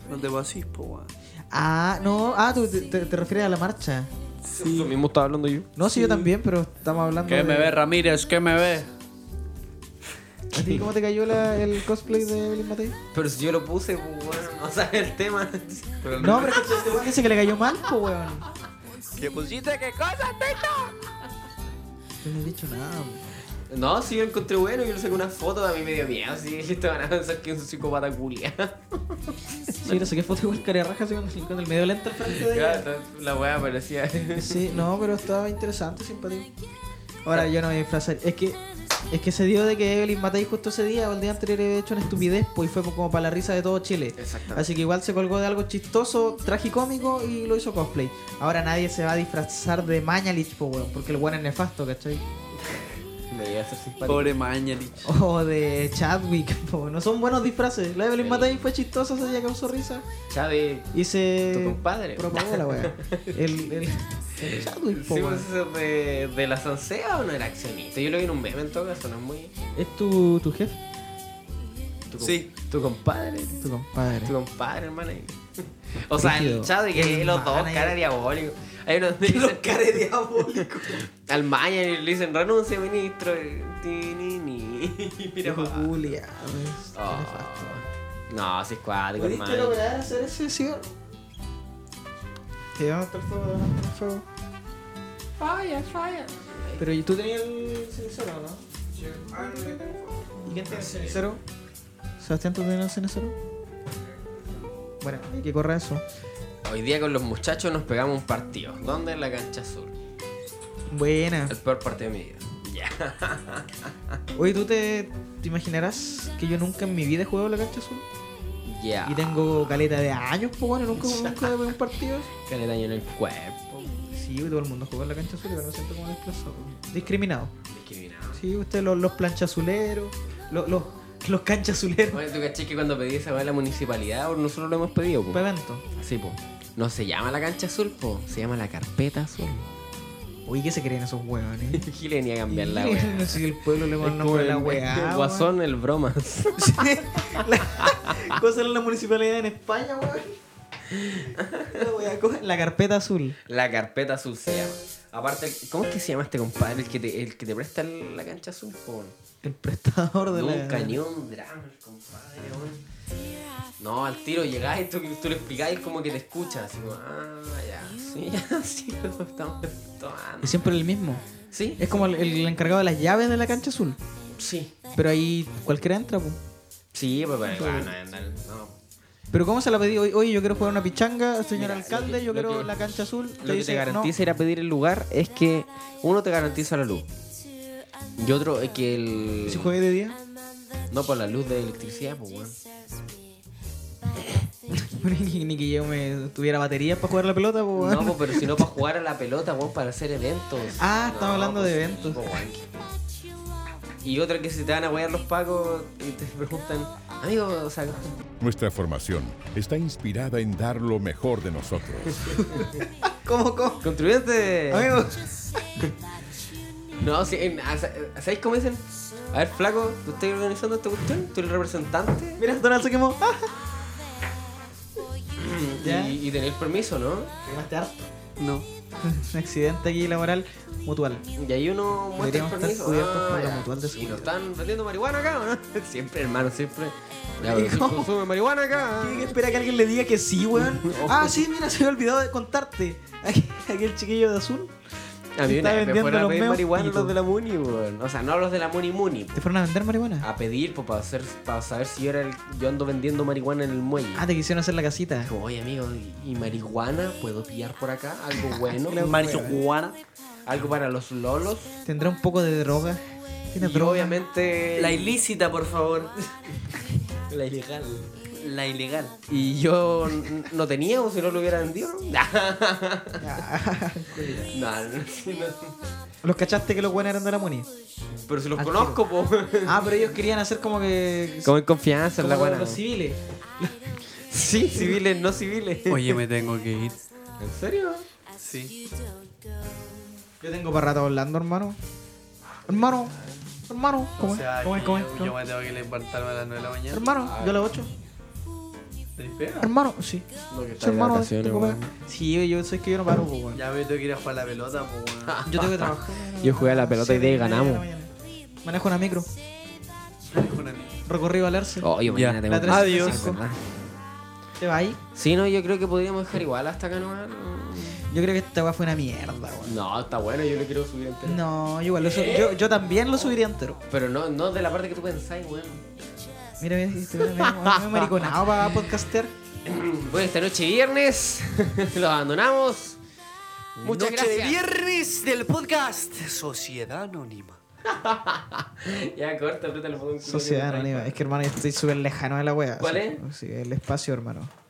Speaker 3: No te pasís, po, weón.
Speaker 1: Ah, no, ah, tú te, te- te refieres a la marcha.
Speaker 4: Lo mismo estaba hablando yo.
Speaker 1: No, sí, yo también, pero estamos hablando.
Speaker 3: ¿Qué
Speaker 1: de...
Speaker 3: me ve, Ramírez? ¿Qué me ve?
Speaker 1: ¿A ti cómo te cayó la- el cosplay de Evelyn Matei?
Speaker 4: Pero si yo lo puse, pues, bueno, no sabes el tema.
Speaker 1: No, pero es que este weón dice que le cayó mal, po, weón.
Speaker 3: ¿Qué pusiste? ¿Qué cosa,
Speaker 1: Yo no he dicho nada, weón.
Speaker 4: No, si yo lo encontré bueno, yo le saqué una foto, a mí me dio miedo. Así que te van a pensar que es un psicópata culia.
Speaker 1: Sí, no sé qué foto igual cara raja así con, con el medio lento al frente de ella.
Speaker 4: la wea parecía.
Speaker 1: Sí, no, pero estaba interesante, simpático. Ahora yo no me disfrazar. Es que es que se dio de que Evelyn Matei justo ese día o el día anterior había hecho una estupidez, pues y fue como para la risa de todo Chile.
Speaker 4: Exactamente.
Speaker 1: Así que igual se colgó de algo chistoso, tragicómico y lo hizo cosplay. Ahora nadie se va a disfrazar de Mañalich, po, weón, porque el weón es nefasto, ¿cachai?
Speaker 4: Debería ser simpático.
Speaker 3: Pobre Mañalich.
Speaker 1: O de Chadwick, po. no son buenos disfraces. La Evelyn
Speaker 4: Sí.
Speaker 1: Matei fue chistosa ese día, causó risa.
Speaker 4: Chávez.
Speaker 1: Y se.
Speaker 4: Tu compadre.
Speaker 1: Propagó la weá. El, el, el Chadwick, po,
Speaker 4: Sí,
Speaker 1: weón.
Speaker 4: pues, eso de, de la Sansea o no era accionista. Yo lo vi en un meme en todo caso, no es muy.
Speaker 1: ¿Es tu, tu jefe?
Speaker 4: Tu, com-
Speaker 3: Sí.
Speaker 4: Tu compadre.
Speaker 1: Tu compadre.
Speaker 4: Tu compadre, hermano. O sea, el
Speaker 1: Rígido.
Speaker 4: Chávez que
Speaker 1: El
Speaker 4: los dos,
Speaker 1: manager.
Speaker 4: cara diabólico. Hay unos que dicen cara diabólico. Al Maya y le dicen renuncia, ministro. y ti, ni, ni. Y Mira,
Speaker 1: Hijo
Speaker 4: papá.
Speaker 1: Julia.
Speaker 4: Oh. No, si es cuático,
Speaker 1: ¿Pudiste
Speaker 4: hermano.
Speaker 1: lograr hacer ese señor? Te vamos a estar fuego, te vamos a estar fuego. Pero ¿y tú tenías el cenicero, ¿no?
Speaker 4: ah,
Speaker 1: ¿Y quién tiene el cenicero? Sebastián, ¿tú tenías el cenicero? Bueno, hay que correr eso.
Speaker 4: Hoy día con los muchachos nos pegamos un partido. ¿Dónde? En la cancha azul.
Speaker 1: Buena.
Speaker 4: El peor partido de mi vida. Ya.
Speaker 1: Oye, ¿tú te, te imaginarás que yo nunca en mi vida he jugado a la cancha azul?
Speaker 4: Ya.
Speaker 1: Y tengo caleta de años, pues bueno, nunca, nunca veo un partido.
Speaker 4: Caleta daño en el cuerpo.
Speaker 1: Sí, todo el mundo juega en la cancha azul, pero me siento como desplazado. Discriminado.
Speaker 4: Discriminado.
Speaker 1: Sí, ustedes los, los planchazuleros, los, los, los canchazuleros.
Speaker 4: Bueno, tú caché que cuando pedí esa weá a la municipalidad, o nosotros lo hemos pedido, po.
Speaker 1: Para evento.
Speaker 4: Sí, po. No se llama la cancha azul, po. Se llama la carpeta azul.
Speaker 1: Uy, ¿qué se creen esos huevones?
Speaker 4: Gile ni a cambiar la weá.
Speaker 1: No sé si el pueblo le pone nombre a la weá.
Speaker 4: el
Speaker 1: weón.
Speaker 4: guasón, el bromas.
Speaker 1: Sí. La, cosa en la municipalidad en España, weón. La weá, co- La carpeta azul.
Speaker 4: La carpeta azul se llama. Aparte, el- ¿cómo es que se llama este compadre? El que te, el que te presta el- la cancha azul, po.
Speaker 1: El prestador de
Speaker 4: De
Speaker 1: la.
Speaker 4: un cañón drama, el compadre, weón. No, al tiro llegáis, tú, tú le explicáis como que te escuchas. Así como, ah, ya, sí, ya, sí, lo estamos tomando.
Speaker 1: Y siempre el mismo.
Speaker 4: Sí,
Speaker 1: Es como el, el encargado de las llaves de la cancha azul.
Speaker 4: sí.
Speaker 1: Pero ahí cualquiera entra, pues.
Speaker 4: Sí, pues, pero bueno, andan- no.
Speaker 1: Pero ¿cómo se la pedí? Oye, yo quiero jugar una pichanga, señor
Speaker 4: Mira,
Speaker 1: alcalde,
Speaker 4: lo que-
Speaker 1: yo
Speaker 4: lo
Speaker 1: quiero
Speaker 4: que-
Speaker 1: la cancha azul. Te
Speaker 4: Lo que
Speaker 1: dice,
Speaker 4: te garantiza ir a pedir el lugar es que uno te garantiza la luz. Y otro es que
Speaker 1: "No".
Speaker 4: el.
Speaker 1: Si juegué de día,
Speaker 4: No, por la luz de electricidad, pues weón.
Speaker 1: ni ni que yo me tuviera batería para jugar la pelota, pues.
Speaker 4: No, pues, pero si no para jugar a la pelota, weón, para hacer eventos.
Speaker 1: Ah,
Speaker 4: No,
Speaker 1: estamos hablando
Speaker 4: pues,
Speaker 1: de
Speaker 4: sí,
Speaker 1: eventos.
Speaker 4: pues, weón, que- Y otra que si te van a huear los pagos y te preguntan, amigo, o sea,
Speaker 2: Nuestra formación está inspirada en dar lo mejor de nosotros.
Speaker 1: ¿Cómo, cómo?
Speaker 4: contribuyente.
Speaker 1: Amigos,
Speaker 4: No, si, en- a- sa- ¿sabéis cómo dicen? A ver, flaco, ¿tú estás organizando esta cuestión? ¿Tú eres el representante?
Speaker 1: mira, Donald se quemó. Ah. Mm, Ya.
Speaker 4: Y, y tenéis permiso, ¿no?
Speaker 1: Quemaste harto.
Speaker 3: No.
Speaker 1: Un accidente aquí laboral mutual.
Speaker 4: Y ahí uno muestra el
Speaker 1: Deberíamos estar
Speaker 4: permiso. Ah,
Speaker 1: cubiertos por la
Speaker 4: ya.
Speaker 1: mutual de
Speaker 4: y
Speaker 1: seguridad.
Speaker 4: nos están vendiendo marihuana acá, ¿o ¿no? Siempre, hermano, siempre. Ya, pero si
Speaker 1: ¿Cómo?
Speaker 4: consume marihuana acá.
Speaker 1: Tiene que esperar a que alguien le diga que sí, weón. Ah, sí, mira, se me olvidó de contarte. Aquel, aquel chiquillo de azul
Speaker 4: A mí
Speaker 1: Está
Speaker 4: una vez me
Speaker 1: vendiendo
Speaker 4: fueron a
Speaker 1: los
Speaker 4: pedir
Speaker 1: meos
Speaker 4: marihuana
Speaker 1: pico.
Speaker 4: los de la Muni, weón. O sea, no los de la Muni Muni.
Speaker 1: ¿Te fueron a vender marihuana?
Speaker 4: A pedir, pues, para, hacer, para saber si yo, era el, yo ando vendiendo marihuana en el muelle.
Speaker 1: Ah, te quisieron hacer la casita.
Speaker 4: Dijo, oye, amigo, ¿y- ¿y marihuana puedo pillar por acá? ¿Algo bueno?
Speaker 3: Marihuana.
Speaker 4: ¿Algo para los lolos?
Speaker 1: ¿Tendrá un poco de droga? ¿Tiene
Speaker 4: Y
Speaker 1: droga?
Speaker 4: obviamente...
Speaker 3: La ilícita, por favor.
Speaker 4: la ilegal.
Speaker 3: La ilegal.
Speaker 4: Y yo n- no tenía, o si no lo hubiera vendido. no, no, no.
Speaker 1: ¿Los cachaste que los buenos eran de la moneda?
Speaker 4: Pero si los conozco, po.
Speaker 1: Ah, pero ellos querían hacer como que...
Speaker 4: Como en confianza,
Speaker 1: como
Speaker 4: en la buena.
Speaker 1: los civiles.
Speaker 4: Sí, civiles, no civiles.
Speaker 3: Oye, me tengo que ir.
Speaker 4: ¿En serio?
Speaker 3: Sí.
Speaker 1: Yo tengo para rato hablando, hermano. Hermano, hermano, ¿cómo es? ¿Cómo es? ¿Cómo es?
Speaker 3: Yo me tengo que levantarme a las 9 de la mañana.
Speaker 1: Hermano, yo a las 8. Hermano, sí.
Speaker 4: Lo que
Speaker 1: Soy hermano de tengo pega. Sí, yo sé que yo no paro, pues, weón.
Speaker 3: Ya me tengo que ir a jugar la pelota, pues weón.
Speaker 1: Yo tengo que trabajar.
Speaker 4: Yo jugué a la pelota y de ahí
Speaker 1: Siete media de la
Speaker 4: ganamos.
Speaker 1: mañana. Manejo una micro. Recorrí Valerse.
Speaker 4: Oye, mañana
Speaker 3: Ya.
Speaker 4: tengo
Speaker 1: La
Speaker 4: que-
Speaker 1: 305.
Speaker 4: ¿verdad?
Speaker 1: ¿Te va ahí?
Speaker 4: Sí, no, yo creo que podríamos dejar igual hasta acá, ¿no? No,
Speaker 1: Yo creo que esta weá fue una mierda, weón.
Speaker 4: No, está bueno, yo lo quiero subir entero.
Speaker 1: No, yo igual, lo su- yo, yo también lo subiría entero.
Speaker 4: Pero no, no de la parte que tú pensáis, weón.
Speaker 1: Mira, mira, este weón me me- me mariconado para podcaster.
Speaker 4: Bueno, Pues esta noche viernes los abandonamos. Muchas
Speaker 5: Noche de
Speaker 4: gracias.
Speaker 5: viernes del podcast Sociedad Anónima.
Speaker 4: Ya, corta, aprieta el botón.
Speaker 1: Sociedad Anónima. Es que, hermano, yo estoy súper lejano de la wea.
Speaker 4: ¿Cuál
Speaker 1: así- Sí, el espacio, hermano.